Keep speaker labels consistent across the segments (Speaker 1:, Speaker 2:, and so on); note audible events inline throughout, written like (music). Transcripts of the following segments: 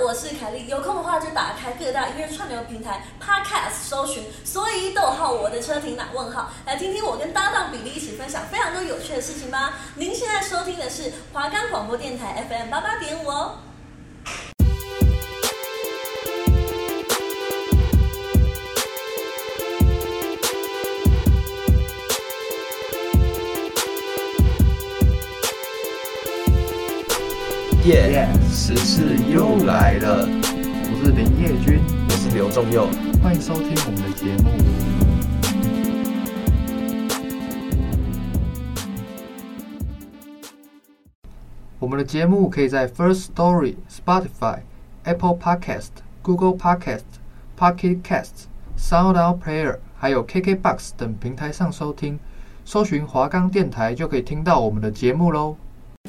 Speaker 1: 我是凯莉，有空的话就打开各大音乐串流平台 Podcast 搜寻，所以逗号我的车停哪？问号来听听我跟搭档比利一起分享非常多有趣的事情吧。您现在收听的是华冈广播电台 FM 八八点五哦。
Speaker 2: 耶！时事又来了，
Speaker 3: 我是林叶君，
Speaker 2: 我是刘仲佑。
Speaker 3: 欢迎收听我们的节目。我们的节目可以在 First Story、Spotify、Apple Podcast、Google Podcast、Pocket Casts、SoundOut Player，还有 KKBox 等平台上收听，搜寻华冈电台就可以听到我们的节目喽。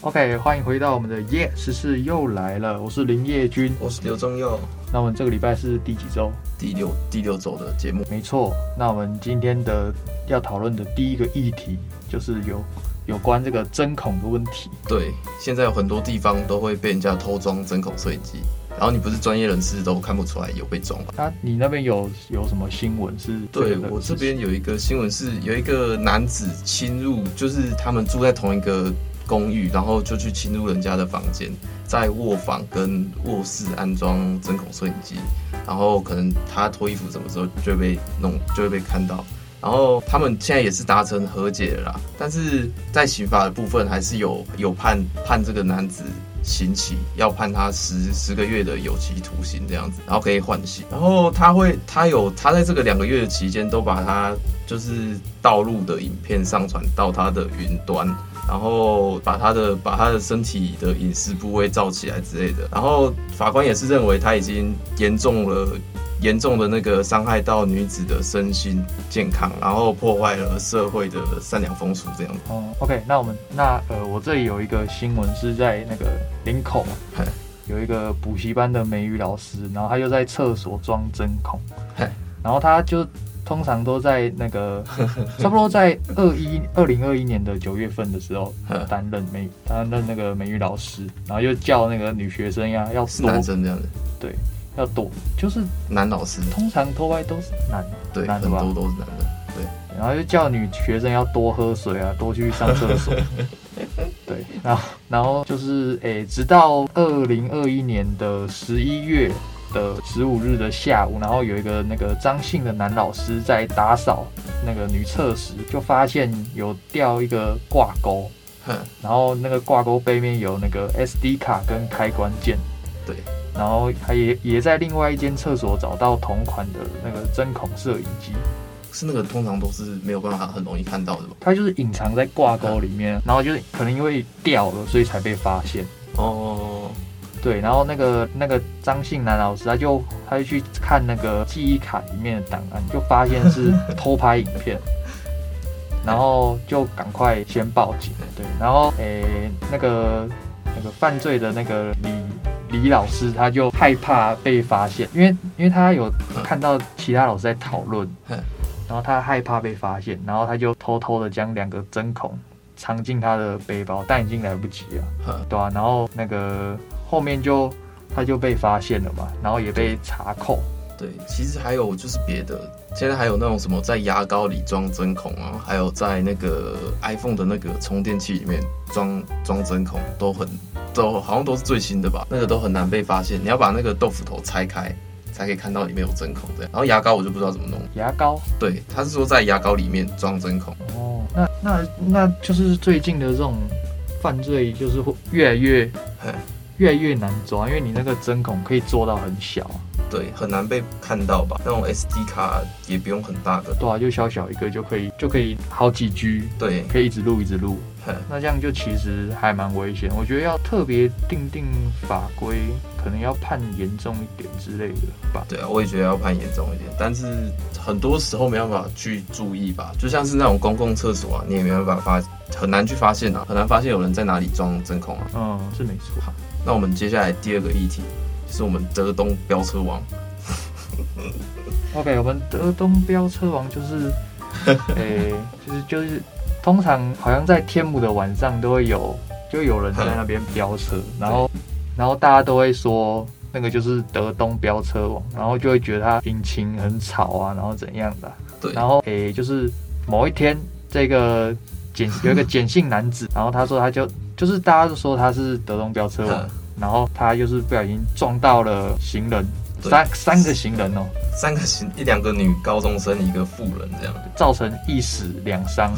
Speaker 3: OK，欢迎回到我们的耶，时事又来了，我是林叶君。
Speaker 2: 我是刘仲佑，
Speaker 3: 那我们这个礼拜是第几周？
Speaker 2: 第六第六周的节目，
Speaker 3: 没错，那我们今天的要讨论的第一个议题就是有有关这个针孔的问题。
Speaker 2: 对，现在有很多地方都会被人家偷装针孔摄影机，然后你不是专业人士都看不出来有被装吧？
Speaker 3: 那你那边有有什么新闻是这个
Speaker 2: 对
Speaker 3: 的？
Speaker 2: 我这边有一个新闻是，有一个男子侵入，就是他们住在同一个公寓，然后就去侵入人家的房间，在卧房跟卧室安装针孔摄影机，然后可能他脱衣服什么时候就会被弄，就会被看到。然后他们现在也是达成和解了啦，但是在刑法的部分还是有有判判这个男子刑期，要判他十十个月的有期徒刑这样子，然后可以缓刑。然后他会他有他在这个两个月的期间都把他就是道路的影片上传到他的云端，然后把他的把他的身体的隐私部位罩起来之类的。然后法官也是认为他已经严重了。严重的那个伤害到女子的身心健康，然后破坏了社会的善良风俗，这样子。
Speaker 3: 哦，OK，那我们那呃，我这里有一个新闻是在那个林口
Speaker 2: 嘿
Speaker 3: 有一个补习班的美语老师，然后他就在厕所装针孔
Speaker 2: 嘿，
Speaker 3: 然后他就通常都在
Speaker 2: (laughs)
Speaker 3: 那个差不多在二一二零二一年的九月份的时候
Speaker 2: 呵
Speaker 3: 担任美担任那个美语老师，然后又叫那个女学生呀要
Speaker 2: 是
Speaker 3: 躲
Speaker 2: 男生这样子，
Speaker 3: 要躲，就是
Speaker 2: 男老师，
Speaker 3: 通常偷拍都是男
Speaker 2: 对，
Speaker 3: 男
Speaker 2: 很
Speaker 3: 的吧，
Speaker 2: 多都是男的。
Speaker 3: 然后就叫女学生要多喝水啊，多去上厕
Speaker 2: (laughs)
Speaker 3: 所。对，然后然后就是诶、直到二零二一年的十一月的十五日的下午，然后有一个那个张姓的男老师在打扫那个女厕时，就发现有掉一个挂钩，
Speaker 2: 哼，
Speaker 3: 然后那个挂钩背面有那个 SD 卡跟开关键。
Speaker 2: 对。
Speaker 3: 然后他也也在另外一间厕所找到同款的那个针孔摄影机，
Speaker 2: 是那个通常都是没有办法很容易看到的吧？
Speaker 3: 它就是隐藏在挂钩里面，然后就是可能因为掉了，所以才被发现。
Speaker 2: 哦，
Speaker 3: 对，然后那个那个张姓男老师，他就他就去看那个记忆卡里面的档案，就发现是偷拍影片，然后就赶快先报警。对，然后诶、那个那个犯罪的那个李李老师，他就害怕被发现，因为因为他有看到其他老师在讨论
Speaker 2: 嗯，
Speaker 3: 然后他害怕被发现，然后他就偷偷的将两个针孔藏进他的背包，但已经来不及了。
Speaker 2: 哼，
Speaker 3: 对啊，然后那个后面就他就被发现了嘛，然后也被查扣。
Speaker 2: 对，其实还有就是别的，现在还有那种什么在牙膏里装针孔啊，还有在那个 iPhone 的那个充电器里面装装针孔，都很都好像都是最新的吧，那个都很难被发现，你要把那个豆腐头拆开。才可以看到里面有针孔这样，然后牙膏我就不知道怎么弄。
Speaker 3: 牙膏
Speaker 2: 对，他是说在牙膏里面装针孔。
Speaker 3: 哦，那那那就是最近的这种犯罪，就是会越来越
Speaker 2: 嘿
Speaker 3: 越来越难抓，因为你那个针孔可以做到很小，
Speaker 2: 对，很难被看到吧？那种 SD 卡也不用很大的，
Speaker 3: 对啊，就小小一个就可以就可以好几 G，
Speaker 2: 对，
Speaker 3: 可以一直录一直录。
Speaker 2: 哼
Speaker 3: 那这样就其实还蛮危险，我觉得要特别定定法规，可能要判严重一点之类的吧。
Speaker 2: 对啊，我也觉得要判严重一点，但是很多时候没办法去注意吧，就像是那种公共厕所啊，你也没办法发，很难去发现啊，很难发现有人在哪里装针孔啊。
Speaker 3: 嗯，是没错。
Speaker 2: 那我们接下来第二个议题，就是我们德东飙车王，
Speaker 3: OK，我们德东飙车王
Speaker 2: (laughs)
Speaker 3: 就是，诶、就是就是，通常好像在天母的
Speaker 2: (laughs)
Speaker 3: 晚上都会有，就有人在那边飙车，然后然后大家都会说那个就是德东飙车王，然后就会觉得他引擎很吵啊，然后怎样的啊、
Speaker 2: 对，
Speaker 3: 然后诶、就是某一天这个
Speaker 2: (laughs)
Speaker 3: 简有一个简姓男子，然后他说他就就是大家都说他是德东飙车王
Speaker 2: 嗯，
Speaker 3: 然后他就是不小心撞到了行人，
Speaker 2: 对
Speaker 3: 三三个行人哦，
Speaker 2: 三个行一两个女高中生，一个妇人这样。
Speaker 3: 造成一死两
Speaker 2: (laughs)
Speaker 3: 伤，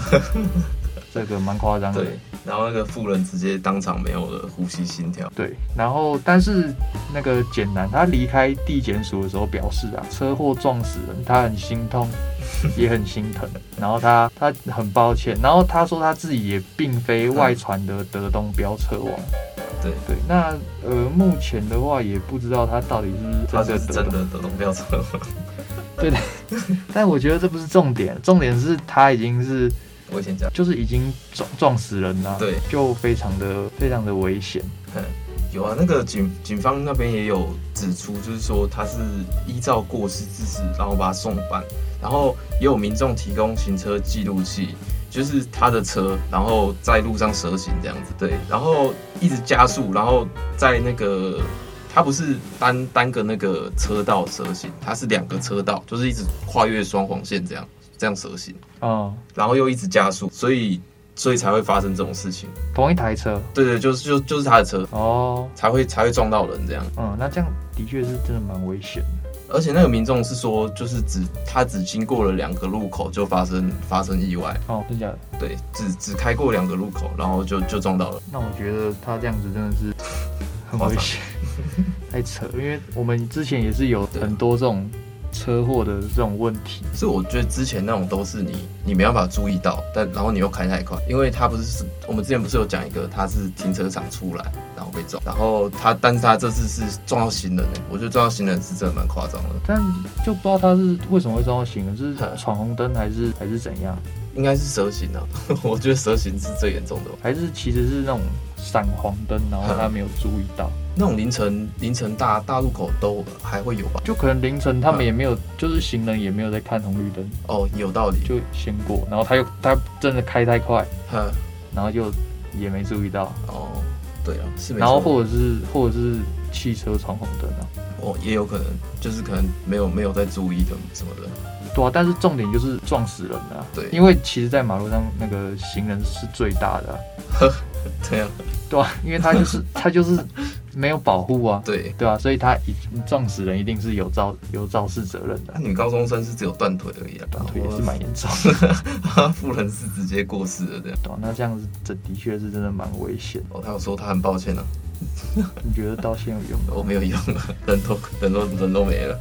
Speaker 3: 这个蛮夸张的。
Speaker 2: 对，然后那个妇人直接当场没有了呼吸心跳。
Speaker 3: 对，然后但是那个简南他离开地检署的时候表示啊，车祸撞死人，他很心痛，
Speaker 2: (laughs)
Speaker 3: 也很心疼，然后他他很抱歉，然后他说他自己也并非外传的德东飙车王。
Speaker 2: 对
Speaker 3: 对，那呃，目前的话也不知道他到底是
Speaker 2: 他
Speaker 3: 不
Speaker 2: 就是
Speaker 3: 真
Speaker 2: 真
Speaker 3: 的德东，
Speaker 2: 的得龙标车王，
Speaker 3: 对的。但我觉得这不是重点，重点是他已经是
Speaker 2: 危险驾驶。
Speaker 3: 就是已经撞撞死人了，
Speaker 2: 对，
Speaker 3: 就非常的非常的危险。
Speaker 2: 有啊，那个警警方那边也有指出，就是说他是依照过失致死，然后把他送办，然后也有民众提供行车记录器，就是他的车，然后在路上蛇行这样子，对，然后一直加速，然后在那个他不是单单个那个车道蛇行，他是两个车道，就是一直跨越双黄线这样这样蛇行，
Speaker 3: 嗯，
Speaker 2: 然后又一直加速，所以所以才会发生这种事情，
Speaker 3: 同一台车
Speaker 2: 对对，就是就就是他的车
Speaker 3: 哦。
Speaker 2: 才会才会撞到人这样。
Speaker 3: 嗯，那这样的确是真的蛮危险的。
Speaker 2: 而且那个民众是说，就是只他只经过了两个路口就发生发生意外，
Speaker 3: 哦，真假的？
Speaker 2: 对，只只开过两个路口，然后就就撞到了。
Speaker 3: 那我觉得他这样子真的是很危
Speaker 2: (laughs)
Speaker 3: 险，太扯了。因为我们之前也是有
Speaker 2: 对
Speaker 3: 很多这种车祸的这种问题。
Speaker 2: 所以我觉得之前那种都是你你没办法注意到，但然后你又开太快，因为他不是我们之前不是有讲一个他是停车场出来然后被撞，然后他但是他这次是撞到行人呢、我觉得撞到行人是真的蛮夸张的，
Speaker 3: 但就不知道他是为什么会撞到行人，是
Speaker 2: 嗯
Speaker 3: 闯红灯还是还是怎样，
Speaker 2: 应该是蛇行啊， (laughs) 我觉得蛇行是最严重的吧。
Speaker 3: 还是其实是那种闪黄灯，然后他没有注意到，
Speaker 2: 那种凌晨凌晨大大路口都还会有吧？
Speaker 3: 就可能凌晨他们
Speaker 2: 嗯
Speaker 3: 也没有，就是行人也没有在看红绿灯，
Speaker 2: 哦，有道理，
Speaker 3: 就先过，然后他又他真的开太快，
Speaker 2: 哼。
Speaker 3: 然后就也没注意到，
Speaker 2: 哦，对啊，是没错。
Speaker 3: 然后或者是或者是汽车闯红灯啊，
Speaker 2: 哦，也有可能就是可能没有没有在注意的什么的。 (laughs)
Speaker 3: 对啊，但是重点就是撞死人啊，
Speaker 2: 对
Speaker 3: 因为其实，在马路上那个行人是最大的啊、
Speaker 2: 对啊，
Speaker 3: 对啊，因为他就是
Speaker 2: (laughs)
Speaker 3: 他就是没有保护啊，
Speaker 2: 对。
Speaker 3: 对啊，所以他一撞死人一定是有肇有肇事责任的
Speaker 2: 那、，女啊高中生是只有断腿而已啊，
Speaker 3: 断腿也是
Speaker 2: (laughs)
Speaker 3: 蛮严重的，
Speaker 2: 蛮。富人是直接过世了这样。
Speaker 3: 对啊，那这样子这的确是真的蛮危险，
Speaker 2: 哦，他有说他很抱歉啊，
Speaker 3: 你觉得道歉有用吗？
Speaker 2: 我没有用啊， (laughs) 人都人都人都没了。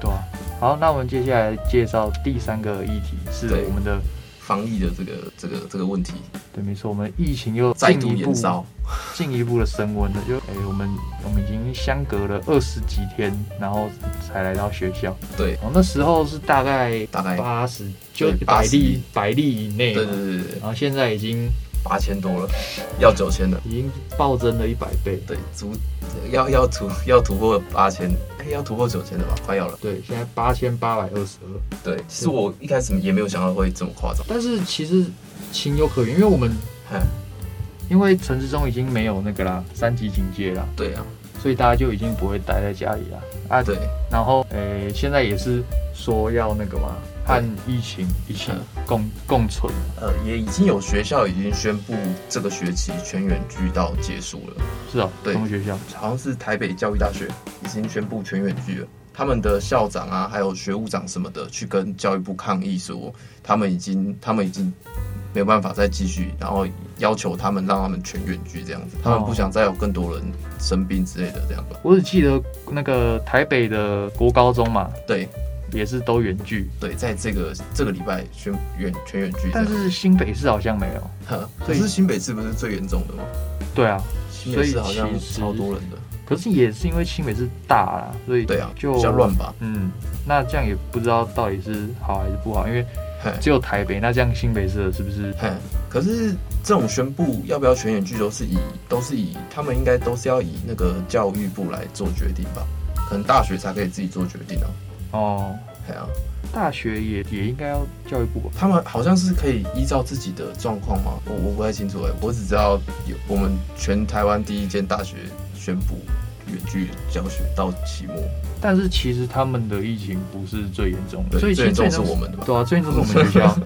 Speaker 3: 对啊，好，那我们接下来介绍第三个议题是
Speaker 2: 对
Speaker 3: 我们的。
Speaker 2: 防疫的这个这个这个问题
Speaker 3: 对，没错，我们疫情又
Speaker 2: 再
Speaker 3: 进
Speaker 2: 度
Speaker 3: 一
Speaker 2: 延
Speaker 3: 步
Speaker 2: 烧，
Speaker 3: (laughs) 进一步的升温了，就哎、我们我们已经相隔了二十几天，然后才来到学校。哦
Speaker 2: 对
Speaker 3: 然后那时候是大概
Speaker 2: 大概
Speaker 3: 八十，就
Speaker 2: 对
Speaker 3: 百
Speaker 2: 80
Speaker 3: 例百例以内
Speaker 2: 对
Speaker 3: 嘛。
Speaker 2: 对对对，
Speaker 3: 然后现在已经
Speaker 2: 八千多了，要九千了。
Speaker 3: 已经暴增了一百倍。
Speaker 2: 对，足要要突要突破八千，哎，要突破九千了吧？快要了。
Speaker 3: 对，现在八千八百二十二。
Speaker 2: 对，其实我一开始也没有想到会这么夸张。
Speaker 3: 但是其实情有可原，因为我们
Speaker 2: 哼
Speaker 3: 因为城市中已经没有那个啦，三级警戒啦，
Speaker 2: 对啊，
Speaker 3: 所以大家就已经不会待在家里啦。啊，
Speaker 2: 对，
Speaker 3: 然后诶、现在也是说要那个嘛，和疫情一起
Speaker 2: 嗯
Speaker 3: 共共存。
Speaker 2: 呃，也已经有学校已经宣布这个学期全员聚到结束了，
Speaker 3: 是啊，
Speaker 2: 对
Speaker 3: 什么学校？
Speaker 2: 好像是台北教育大学已经宣布全员聚了。他们的校长啊，还有学务长什么的，去跟教育部抗议说，他们已经他们已经没有办法再继续，然后要求他们让他们全员聚这样子，他们
Speaker 3: 哦
Speaker 2: 不想再有更多人生病之类的这样吧。
Speaker 3: 我只记得那个台北的国高中嘛，
Speaker 2: 对
Speaker 3: 也是都远距，
Speaker 2: 对，在这个这个礼拜宣远全员聚这
Speaker 3: 但
Speaker 2: 样。
Speaker 3: 是新北市好像没有。
Speaker 2: 呵可
Speaker 3: 所以
Speaker 2: 是新北市不是最严重的吗？
Speaker 3: 对啊，
Speaker 2: 新北市好像
Speaker 3: 其实
Speaker 2: 超多人的。
Speaker 3: 可是也是因为新北市大啦，所以
Speaker 2: 对啊，
Speaker 3: 就
Speaker 2: 比较乱。吧。
Speaker 3: 嗯，那这样也不知道到底是好还是不好，因为
Speaker 2: 嘿
Speaker 3: 只有台北，那这样新北市的是不是？
Speaker 2: 嘿，可是这种宣布要不要全员聚都是以都是以他们应该都是要以那个教育部来做决定吧？可能大学才可以自己做决定啊。
Speaker 3: 哦，
Speaker 2: 嘿啊，
Speaker 3: 大学也也应该要教育部吧？
Speaker 2: 他们好像是可以依照自己的状况吗？欸我我不太清楚哎、我只知道有我们全台湾第一间大学宣布远距离教学到期末，
Speaker 3: 但是其实他们的疫情不是最严重的，
Speaker 2: 对，
Speaker 3: 最
Speaker 2: 最严重
Speaker 3: 严
Speaker 2: 是我们的吧？
Speaker 3: 对啊，最严重是我
Speaker 2: (laughs)
Speaker 3: 们学校，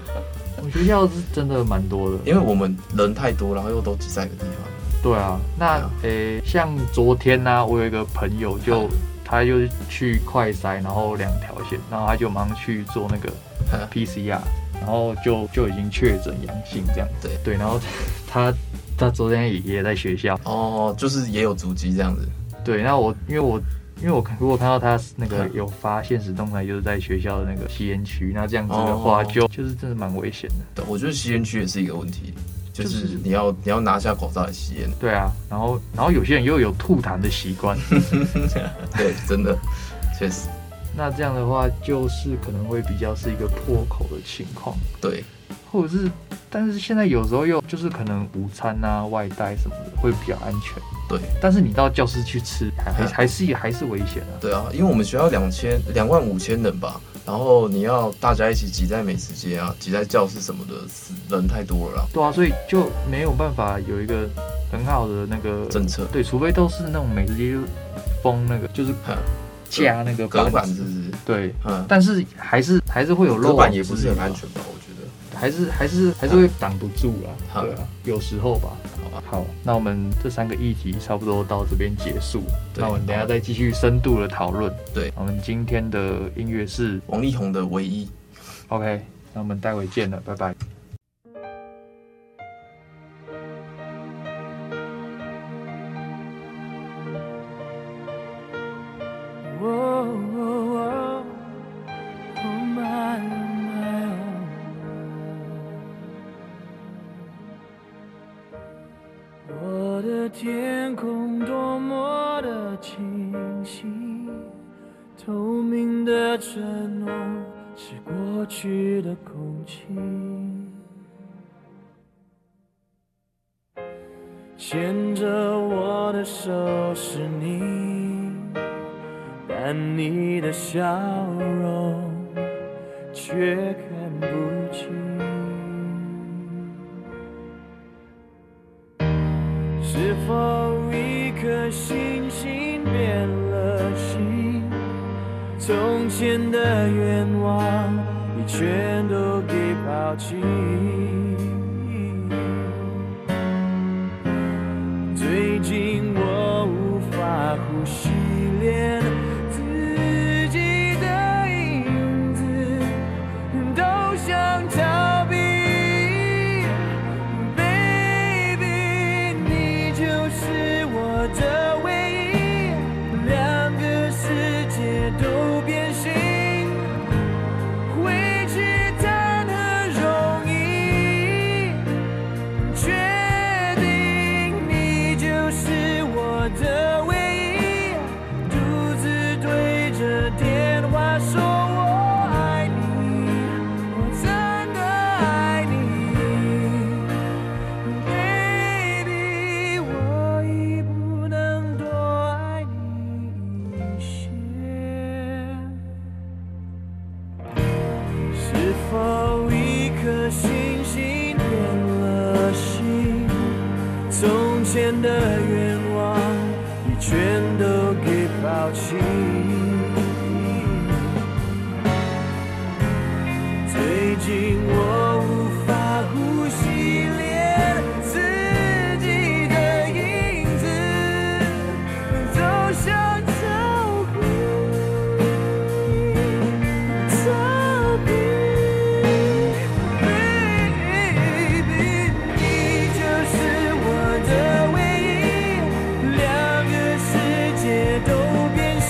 Speaker 3: 我们学校是真的蛮多的。
Speaker 2: 因为我们人太多，然后又都挤在一个地方。
Speaker 3: 对啊，那
Speaker 2: 对啊
Speaker 3: 诶、像昨天呢、我有一个朋友就
Speaker 2: 嗯
Speaker 3: 他就是去快筛，然后两条线，然后他就马上去做那个
Speaker 2: 嗯
Speaker 3: PCR，然后就就已经确诊阳性这样。
Speaker 2: 对
Speaker 3: 对，然后他他昨天也也在学校。
Speaker 2: 哦，就是也有足迹这样子。
Speaker 3: 对，那我因为我因为我看如果看到他那个
Speaker 2: 嗯
Speaker 3: 有发现实动态，就是在学校的那个吸烟区，那这样子的话
Speaker 2: 哦
Speaker 3: 就就是真的蛮危险的。
Speaker 2: 对，我觉得吸烟区也是一个问题，就
Speaker 3: 就是是
Speaker 2: 你要你要拿下口罩来吸
Speaker 3: (laughs)
Speaker 2: 烟。
Speaker 3: 对啊，然后然后有些人又有吐痰的
Speaker 2: (laughs)
Speaker 3: 习惯，
Speaker 2: 对，真的，确实，
Speaker 3: 那这样的话就是可能会比较是一个破口的情况，
Speaker 2: 对，
Speaker 3: 或者是，但是现在有时候又就是可能午餐啊、外带什么的会比较安全，
Speaker 2: 对，
Speaker 3: 但是你到教室去吃还还
Speaker 2: 嗯
Speaker 3: 还是还是危险啊。
Speaker 2: 对啊，因为我们学校两千两万五千人吧，然后你要大家一起挤在美食街啊，挤在教室什么的，死人太多了啦。
Speaker 3: 对啊，所以就没有办法有一个很好的那个
Speaker 2: 政策
Speaker 3: 对，除非都是那种美食街就封那个，就是
Speaker 2: 嗯
Speaker 3: 架那个
Speaker 2: 隔
Speaker 3: 板
Speaker 2: 板
Speaker 3: 子
Speaker 2: 是不是？
Speaker 3: 对，
Speaker 2: 嗯，
Speaker 3: 但是还是还是会有
Speaker 2: 隔
Speaker 3: 漏
Speaker 2: 板
Speaker 3: 网
Speaker 2: 也不
Speaker 3: 之
Speaker 2: 是
Speaker 3: 鱼
Speaker 2: 很
Speaker 3: 吧
Speaker 2: 安，全吧？我觉得。
Speaker 3: 还是还是还是会挡不住啦。
Speaker 2: 好
Speaker 3: 对啊，有时候吧。
Speaker 2: 好啊吧，
Speaker 3: 好，那我们这三个议题差不多到这边结束，
Speaker 2: 对
Speaker 3: 那我们等一下再继续深度的讨论。
Speaker 2: 对
Speaker 3: 我们今天的音乐是
Speaker 2: 王力宏的唯一。
Speaker 3: OK，那我们待会见了，拜拜。
Speaker 4: Oh, oh, oh, oh my, oh my, oh 我的天空多么的清晰，透明的承诺是过去的空气。牵着我的手是你，但你的笑容却看不清。是否一颗星星变了心？从前的愿望已全都给抛弃。最近我无法呼吸，连自己的影子都想逃避。Baby，你就是我的唯一，两个世界都变形，回去谈何容易？确定你就是我的唯一，独自对着电话说我爱你，我真的爱你，baby，我已不能多爱你一些。是否一颗星星变了心？从前的愿望已全都给抛弃。最近我无法呼吸，连自己的影子都想照顾。逃避，baby，你就是我的唯一，两个世界都变形。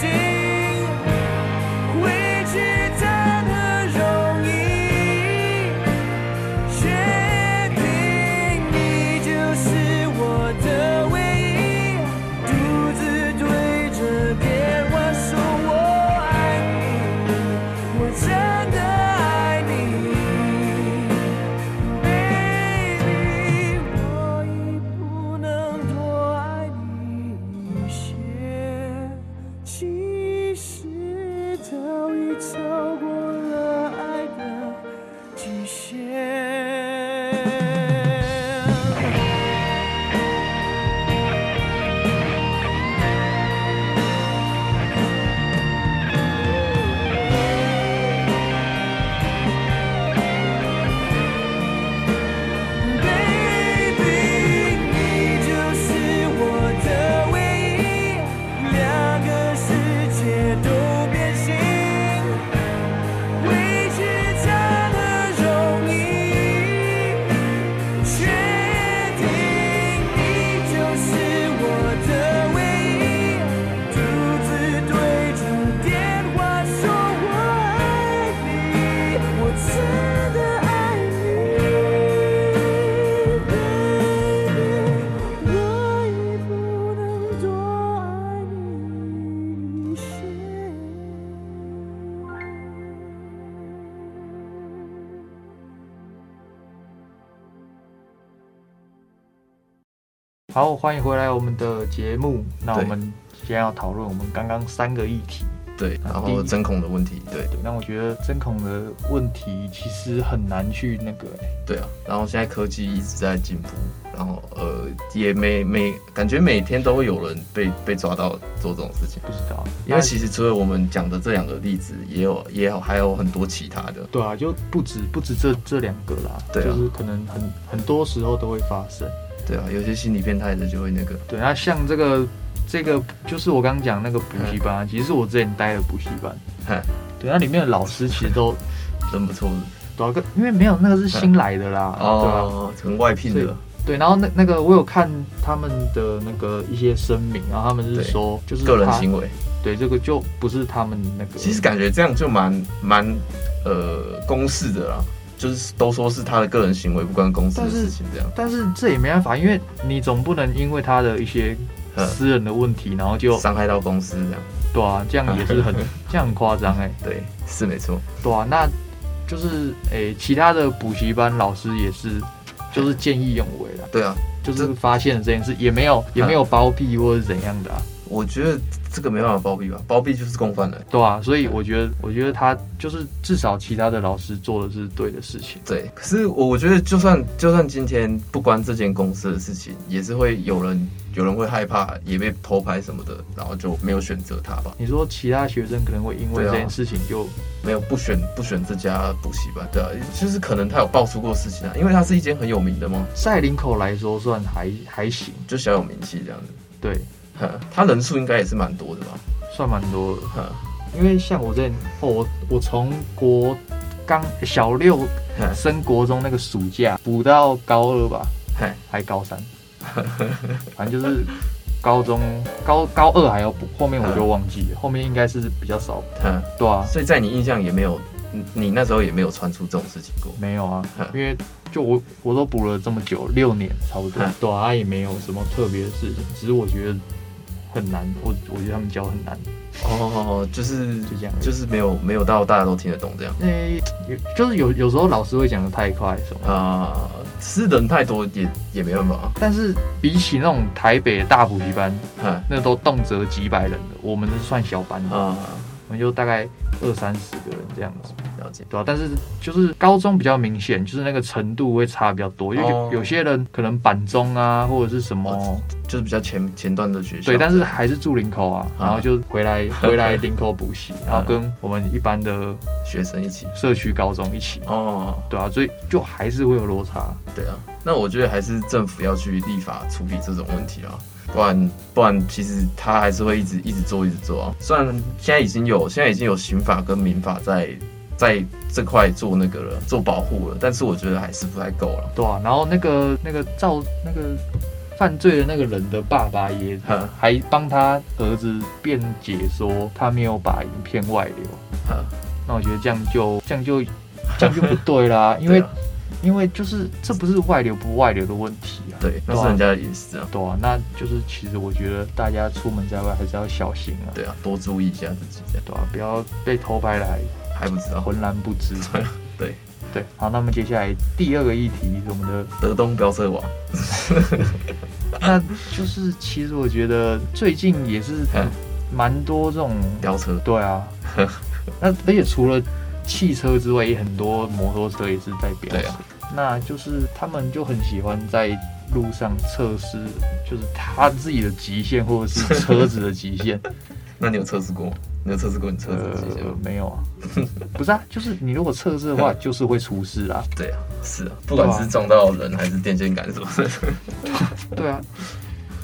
Speaker 3: 好，欢迎回来我们的节目。那我
Speaker 2: 对
Speaker 3: 们今天要讨论我们刚刚三个议题。
Speaker 2: 对，
Speaker 3: 啊
Speaker 2: 然
Speaker 3: 第
Speaker 2: 后
Speaker 3: 一
Speaker 2: 针孔的问题，对
Speaker 3: 对，那我觉得针孔的问题其实很难去那个、欸
Speaker 2: 对啊，然后现在科技一直在进步，然后呃也每每感觉每天都会有人被被抓到做这种事情，
Speaker 3: 不知道。
Speaker 2: 因为
Speaker 3: 那
Speaker 2: 其实除了我们讲的这两个例子，也有也有还有很多其他的，
Speaker 3: 对啊，就不止不止这这两个啦，
Speaker 2: 对啊
Speaker 3: 就是可能很很多时候都会发生。
Speaker 2: 对啊，有些心理变态的就会那个，
Speaker 3: 对，那像这个这个就是我刚刚讲那个补习班
Speaker 2: 嗯
Speaker 3: 啊，其实是我之前待的补习班。
Speaker 2: 哼，
Speaker 3: 对，那里面的老师其实都
Speaker 2: 真不错的
Speaker 3: 对啊，跟因为没有那个是新来的啦，对啊。
Speaker 2: 嗯哦，很外聘
Speaker 3: 所
Speaker 2: 的
Speaker 3: 以，对，然后那那个我有看他们的那个一些声明，然后他们是
Speaker 2: 对
Speaker 3: 说就是
Speaker 2: 个人
Speaker 3: 他
Speaker 2: 行为，
Speaker 3: 对这个就不是他们那个，
Speaker 2: 其实感觉这样就蛮蛮呃公式的啦，就是都说是他的个人行为，不关公司的
Speaker 3: 但是
Speaker 2: 事情这样。
Speaker 3: 但是这也没办法，因为你总不能因为他的一些
Speaker 2: 嗯
Speaker 3: 私人的问题，然后就
Speaker 2: 伤害到公司这样，
Speaker 3: 对啊，这样也
Speaker 2: (laughs)
Speaker 3: 是很这样很夸张哎，
Speaker 2: 对，是没错，
Speaker 3: 对啊，那就是诶、其他的补习班老师也是就是见义勇为啦，
Speaker 2: 对啊，
Speaker 3: 就是发现了这件事，也没
Speaker 2: 嗯
Speaker 3: 有也没有包庇或者怎样的、啊，
Speaker 2: 我觉得这个没办法包庇吧，包庇就是共犯了，
Speaker 3: 对啊，所以我觉得我觉得他就是至少其他的老师做的是对的事情，
Speaker 2: 对。可是我我觉得就算就算今天不关这间公司的事情，也是会有人有人会害怕，也被偷拍什么的，然后就没有选择他吧，
Speaker 3: 你说其他学生可能会因为
Speaker 2: 对啊
Speaker 3: 这件事情就
Speaker 2: 没有不选不选这家补习班，对啊，就是可能他有爆出过事情啊，因为他是一间很有名的嘛，
Speaker 3: 在林口来说算还还行，
Speaker 2: 就小有名气这样子。
Speaker 3: 对，
Speaker 2: 哼他人数应该也是蛮多的吧？
Speaker 3: 算蛮多的。
Speaker 2: 哼
Speaker 3: 因为像我之前，哦、我我从国刚小六
Speaker 2: 哼
Speaker 3: 升国中那个暑假补到高二吧，
Speaker 2: 嗨，
Speaker 3: 还高
Speaker 2: (laughs)
Speaker 3: 三，反正就是高中高高二还要补，后面我就忘
Speaker 2: 嗯
Speaker 3: 记了，后面应该是比较少，
Speaker 2: 哼，
Speaker 3: 对啊，
Speaker 2: 所以在你印象也没有，你你那时候也没有传出这种事情过。
Speaker 3: 没有啊
Speaker 2: 嗯，
Speaker 3: 因为就我我都补了这么久，六年差不多
Speaker 2: 嗯，
Speaker 3: 对啊，也没有什么特别的事情，只是我觉得很难，我我觉得他们教很难，
Speaker 2: 哦，就是
Speaker 3: 就这样
Speaker 2: 就是没有没有到大家都听得懂这样
Speaker 3: 诶、哎有就是有有时候老师会讲的太快什么的。
Speaker 2: 啊、是人太多也也没办法，
Speaker 3: 但是比起那种台北的大补习班，
Speaker 2: 嗨
Speaker 3: 那都动辄几百人的，我们是算小班的，
Speaker 2: 哎啊、
Speaker 3: 我们就大概二三十个人这样子，
Speaker 2: 了解，
Speaker 3: 对吧、但是就是高中比较明显，就是那个程度会差比较多，因为
Speaker 2: 哦
Speaker 3: 有有些人可能板中啊，或者是什么，
Speaker 2: 就是比较前前段的学校。
Speaker 3: 对，但是还是住林口啊，
Speaker 2: 啊
Speaker 3: 然后就回来回来林口
Speaker 2: (laughs)
Speaker 3: 补习，然后跟我们一般的
Speaker 2: 学生一起。
Speaker 3: 社区高中一起，
Speaker 2: 哦，
Speaker 3: 对啊，所以就还是会有落差，
Speaker 2: 对啊，那我觉得还是政府要去立法处理这种问题啊，不然不然其实他还是会一直一直做一直做啊。虽然现在已经有现在已经有刑法跟民法在在这块做那个了，做保护了，但是我觉得还是不太够了。
Speaker 3: 对啊，然后那个那个造那个犯罪的那个人的爸爸也
Speaker 2: 哈
Speaker 3: 还帮他儿子辩解说他没有把影片外流，
Speaker 2: 哈，
Speaker 3: 那我觉得这样就这
Speaker 2: (laughs)
Speaker 3: 样就这样就不对啦，因为、
Speaker 2: 对啊
Speaker 3: 因为就是这不是外流不外流的问题啊，
Speaker 2: 对，那
Speaker 3: 对
Speaker 2: 是
Speaker 3: 啊
Speaker 2: 人家的隐私啊。
Speaker 3: 对啊，那就是其实我觉得大家出门在外还是要小心啊，
Speaker 2: 对啊，多注意一下自己，这样
Speaker 3: 对啊，不要被偷拍来
Speaker 2: 还不知道。
Speaker 3: 浑然不知，
Speaker 2: 对，
Speaker 3: 对，好，那么接下来第二个议题是我
Speaker 2: (laughs)
Speaker 3: 们的
Speaker 2: 德东飙车啊王，
Speaker 3: 那就是其实我觉得最近也是
Speaker 2: 嗯
Speaker 3: 蛮多这种，
Speaker 2: 飙车，(laughs)
Speaker 3: 对啊，那而且除了汽车之外，也很多摩托车也是在飙
Speaker 2: 对
Speaker 3: 车
Speaker 2: 啊，
Speaker 3: 那就是他们就很喜欢在路上测试，就是他自己的极限或者是车子的极限。
Speaker 2: 那你有测试过吗？你有测试过你 (laughs) 车子的极限
Speaker 3: 呃
Speaker 2: 吗？，
Speaker 3: 没有啊，不是啊，就是你如果测试
Speaker 2: (laughs)
Speaker 3: 的话，就是会出事啊。
Speaker 2: 对啊，是啊，不管是撞到人还是电线杆什么的，
Speaker 3: (laughs) 对啊，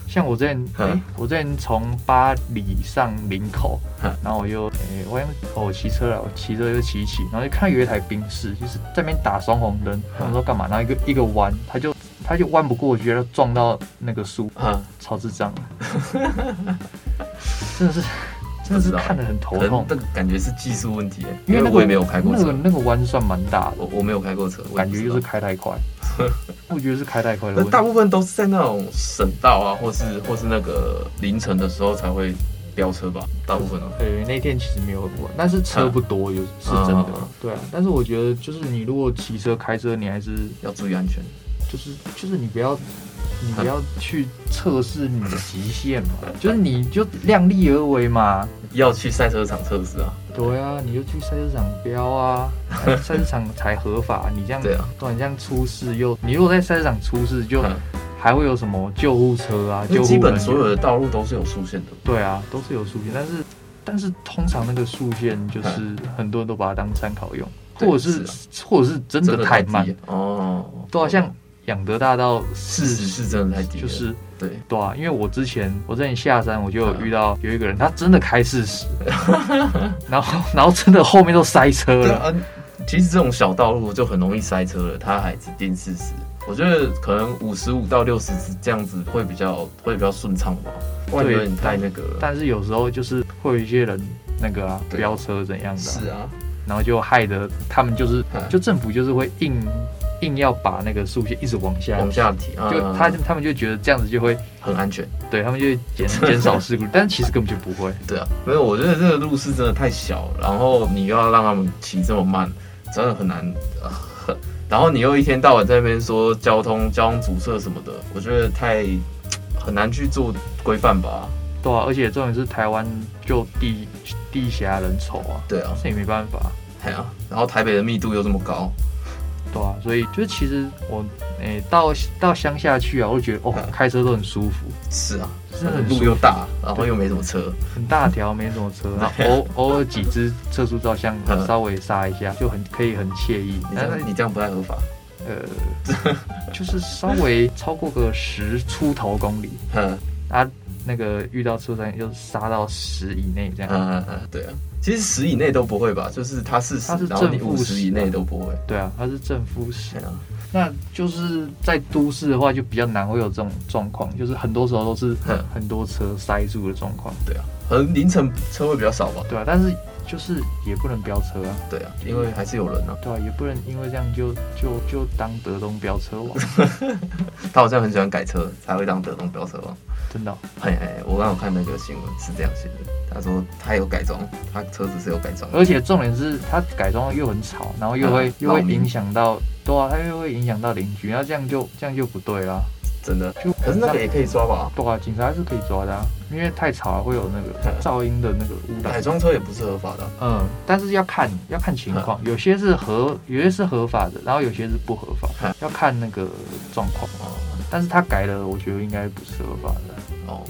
Speaker 3: 像我之前，哎、
Speaker 2: 嗯
Speaker 3: 我之前从巴黎上林口
Speaker 2: 嗯，
Speaker 3: 然后我就，哎、我因为哦我骑车了，我骑车就骑一骑，然后就看到有一台宾士，就是在那边打双红
Speaker 2: 嗯
Speaker 3: 灯，他们说干嘛，然后一个一个弯，他就他就弯不过去，他撞到那个树，
Speaker 2: (laughs) 啊，
Speaker 3: 超智障的，真的是，真的是看得很头
Speaker 2: 可能
Speaker 3: 痛
Speaker 2: 这，个感觉是技术问题，因
Speaker 3: 因为
Speaker 2: 为
Speaker 3: 那
Speaker 2: 我
Speaker 3: 个
Speaker 2: 也没有开过
Speaker 3: 那
Speaker 2: 车
Speaker 3: 个，那个弯算蛮大的，
Speaker 2: 我我没有开过车，我也
Speaker 3: 感
Speaker 2: 不
Speaker 3: 觉
Speaker 2: 知
Speaker 3: 就
Speaker 2: 道
Speaker 3: 是。开
Speaker 2: (laughs)
Speaker 3: 太快，我觉得是开太快的
Speaker 2: 那
Speaker 3: 问题
Speaker 2: 大。部分都是在那种省道啊，或是或是那个凌晨的时候才会飙车吧，大部分都、
Speaker 3: 呃，那天其实没有很晚，但是车不多，有是真的
Speaker 2: 嗯。
Speaker 3: 对啊，但是我觉得就是你如果骑车、开车，你还是
Speaker 2: 要注意安全。
Speaker 3: 就是就是你不要你不要去测试你的极限嘛，就是你就量力而为嘛。
Speaker 2: 要去赛车场测试啊。
Speaker 3: 对啊，你就去赛车场飙 (laughs) 啊，哎赛车场才合法。你这样，
Speaker 2: 对啊，
Speaker 3: 不然你这样出事又，你如果在赛车场出事，就
Speaker 2: 嗯
Speaker 3: 还会有什么救护车啊，
Speaker 2: 因
Speaker 3: 救
Speaker 2: 为
Speaker 3: 护
Speaker 2: 基本
Speaker 3: 人员
Speaker 2: 所有的道路都是有出现的。
Speaker 3: 对啊，都是有竖线，但是但是通常那个竖线就是很多人都把它当参考用，
Speaker 2: 嗯对啊
Speaker 3: 或者是或者是真的太慢
Speaker 2: 低，了哦，
Speaker 3: 对啊，像养德大道
Speaker 2: 事实是真的太低了，嗯
Speaker 3: 就是
Speaker 2: 对，
Speaker 3: 对啊，因为我之前我之前下山我就有遇到有一个人，他真的开四
Speaker 2: (laughs)
Speaker 3: 十，然后然后真的后面都塞车
Speaker 2: 对
Speaker 3: 了，
Speaker 2: 啊，其实这种小道路就很容易塞车了，它还只定四十，我觉得可能五十五到六十这样子会比较会比较顺畅吧，不然有点太那个了。
Speaker 3: 但是有时候就是会有一些人那个啊
Speaker 2: 对
Speaker 3: 飙车怎样的啊、
Speaker 2: 是啊，
Speaker 3: 然后就害得他们就是
Speaker 2: 嗯
Speaker 3: 就政府就是会硬硬要把那个竖线一直往下
Speaker 2: 往下提啊，
Speaker 3: 就他他们就觉得这样子就会
Speaker 2: 很安全。
Speaker 3: 对他们就会减减少事故，但其实根本就不会。
Speaker 2: 对啊，没有，我觉得这个路是真的太小，然后你又要让他们骑这么慢，真的很难。呃很然后你又一天到晚在那边说交通交通阻塞什么的，我觉得太很难去做规范吧。
Speaker 3: 对啊，而且重点是台湾就地地狭人稠啊，
Speaker 2: 对啊，
Speaker 3: 这也没办法。
Speaker 2: 哎呀、然后台北的密度又这么高，
Speaker 3: 对啊，所以就是其实我诶、到到乡下去啊，我就觉得哦
Speaker 2: 嗯
Speaker 3: 开车都很舒服，
Speaker 2: 是啊，
Speaker 3: 真的很舒
Speaker 2: 路
Speaker 3: 服
Speaker 2: 又大，然后又没什么车，
Speaker 3: 很大条，没什么车，然后偶偶尔几只测速照相
Speaker 2: 嗯
Speaker 3: 稍微杀一下，就很可以很惬意。
Speaker 2: 你这
Speaker 3: 但是
Speaker 2: 样你这样不太合法。
Speaker 3: 呃，就是稍微超过个十出头公里，
Speaker 2: 嗯
Speaker 3: 啊，那个遇到车站就杀到十以内这样。
Speaker 2: 嗯嗯，对啊，其实十以内都不会吧，就是他四十
Speaker 3: 它是，
Speaker 2: 然后你
Speaker 3: 正负啊
Speaker 2: 五十以
Speaker 3: 10
Speaker 2: 内都不会。
Speaker 3: 对啊，它是正负十
Speaker 2: 对，啊，
Speaker 3: 那就是在都市的话就比较难会有这种状况，就是很多时候都是
Speaker 2: 嗯
Speaker 3: 很多车塞住的状况，
Speaker 2: 对啊，可能凌晨车会比较少吧。
Speaker 3: 对啊，但是就是也不能飙车啊，
Speaker 2: 对啊，因为还是有人啊。
Speaker 3: 对啊，也不能因为这样就就就当德东飙
Speaker 2: (laughs)
Speaker 3: 车王，
Speaker 2: 他好像很喜欢改车，才会当德东飙车王。
Speaker 3: 真的哦、
Speaker 2: 嘿嘿，我刚有看那个新闻是这样写的，他说他有改装，他车子是有改装的。
Speaker 3: 而且重点是它改装又很吵，然后又会、
Speaker 2: 嗯
Speaker 3: 又会
Speaker 2: 扰民
Speaker 3: 影响到，对啊，它又会影响到邻居，那这样就这样就不对啦，
Speaker 2: 真的。
Speaker 3: 就
Speaker 2: 可是那个也可以抓吧？
Speaker 3: 对啊，警察是可以抓的、啊，因为太吵了会有那个
Speaker 2: 嗯
Speaker 3: 噪音的那个污染
Speaker 2: 改。装车也不是合法的啊、
Speaker 3: 嗯，但是要看要看情况，
Speaker 2: 嗯
Speaker 3: 有些是合，有些是合法的，然后有些是不合法
Speaker 2: 嗯，
Speaker 3: 要看那个状况。
Speaker 2: 哦
Speaker 3: 但是他改了，我觉得应该不是合法的，
Speaker 2: 哦，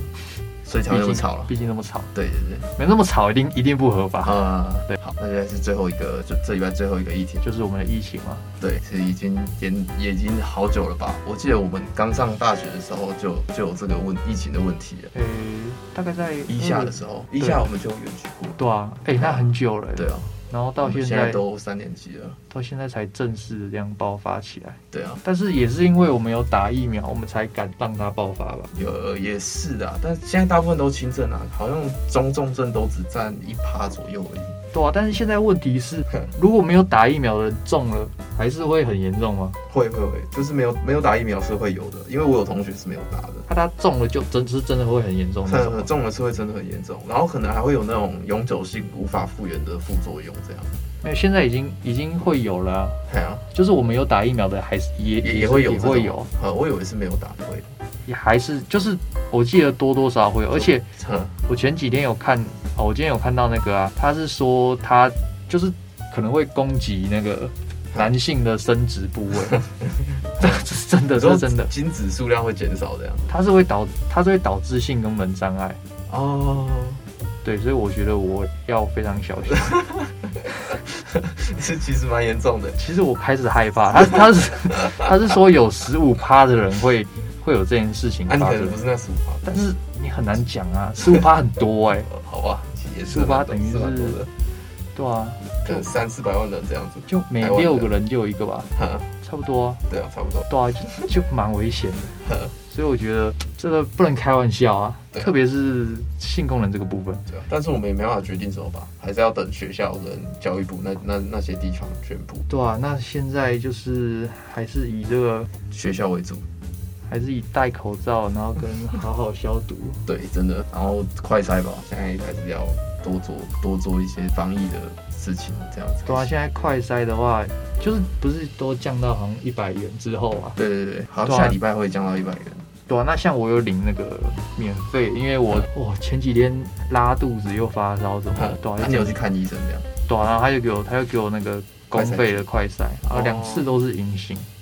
Speaker 2: 所以才会那么
Speaker 3: 毕
Speaker 2: 吵
Speaker 3: 竟
Speaker 2: 了。
Speaker 3: 毕竟那么吵，
Speaker 2: 对对对，
Speaker 3: 没那么吵，一定一定不合法。
Speaker 2: 啊、
Speaker 3: 对
Speaker 2: 好，那现在是最后一个，就这礼拜最后一个议题，
Speaker 3: 就是我们的疫情嘛，
Speaker 2: 对，是已经也也已经好久了吧？我记得我们刚上大学的时候就就有这个问疫情的问题了，
Speaker 3: 诶、大概在
Speaker 2: 一嗯下的时候，
Speaker 3: 嗯
Speaker 2: 一下我们就有园区过了，
Speaker 3: 对啊，诶、那很久了、
Speaker 2: 对，啊，
Speaker 3: 然后
Speaker 2: 我
Speaker 3: 到
Speaker 2: 们
Speaker 3: 现
Speaker 2: 现
Speaker 3: 在
Speaker 2: 都三年级了，
Speaker 3: 到现在才正式这样爆发起来，
Speaker 2: 对啊，
Speaker 3: 但是也是因为我们有打疫苗，我们才敢让它爆发吧。
Speaker 2: 有也是啊，但现在大部分都轻症啊，好像中重症都只占一趴左右而已， (laughs)
Speaker 3: 对啊，但是现在问题是，如果没有打疫苗的人中了，还是会很严重吗？
Speaker 2: 会会会，就是没有没有打疫苗是会有的，因为我有同学是没有打的。。
Speaker 3: 那、啊他中了就真是真的会很严重那种吗
Speaker 2: 中了是会真的很严重，然后可能还会有那种永久性无法复原的副作用，这样。
Speaker 3: 没有，现在已经已经会有了啊、
Speaker 2: 对啊，
Speaker 3: 就是我们有打疫苗的，还是也
Speaker 2: 也也会有
Speaker 3: 也
Speaker 2: 这种
Speaker 3: 会有，。
Speaker 2: 呃，我以为是没有打的
Speaker 3: (laughs)
Speaker 2: 会有。
Speaker 3: 也还是就是我记得多多少少会有。而且
Speaker 2: (laughs) 哼
Speaker 3: 我前几天有看，哦，我今天有看到那个啊，他是说他就是可能会攻击
Speaker 2: (laughs)
Speaker 3: 那个男性的生殖部位， (laughs) 这这是真的，这是真的，
Speaker 2: 精子数量会减少这样。
Speaker 3: 它是会导它是会导致性功能障碍。
Speaker 2: (laughs) 哦，
Speaker 3: 对，所以我觉得我要非常小心。
Speaker 2: 这其实蛮严重的。
Speaker 3: 其实我开始害怕，他他是他是说有十五趴的人会会有这件事情
Speaker 2: 啊，你
Speaker 3: 发
Speaker 2: 可
Speaker 3: 生
Speaker 2: 能不，是那十五趴，
Speaker 3: 但是你很难讲啊，十五趴很多哎、
Speaker 2: 呃好吧，其实也是
Speaker 3: 15%
Speaker 2: 蛮
Speaker 3: 等于
Speaker 2: 是蛮多
Speaker 3: 是
Speaker 2: 的，
Speaker 3: 对啊，
Speaker 2: 可能三四百万人这样子。
Speaker 3: 就每
Speaker 2: 台湾的
Speaker 3: 六个人就有一个吧，
Speaker 2: 哈，
Speaker 3: 差不多、啊，
Speaker 2: 对啊，差不多。
Speaker 3: 对啊，就就蛮危险
Speaker 2: (laughs)
Speaker 3: 的，所以我觉得这个不能开玩笑啊，
Speaker 2: 对啊
Speaker 3: 特别是性功能这个部分，
Speaker 2: 对啊，但是我们也没办法决定什么吧，还是要等学校跟教育部那那那些地方宣布，
Speaker 3: 对啊，那现在就是还是以这个。
Speaker 2: 学校为主。
Speaker 3: 还是以戴口罩，然后跟好好消毒。
Speaker 2: 对，真的。然后快筛吧，现在还是要多做多做一些防疫的事情，这样子。
Speaker 3: 对啊，现在快筛的话，就是不是都降到好像一百元之后啊？
Speaker 2: 对对对，好，
Speaker 3: 对啊
Speaker 2: 下礼拜会降到一百元。
Speaker 3: 对啊，那像我有领那个免费，因为我哇前几天拉肚子又发烧什么的，对啊，
Speaker 2: 那
Speaker 3: 就
Speaker 2: 你有去看医生这样？
Speaker 3: 啊对啊，然后他就给我他就给我那个公费的快筛，然后两次都是阴性，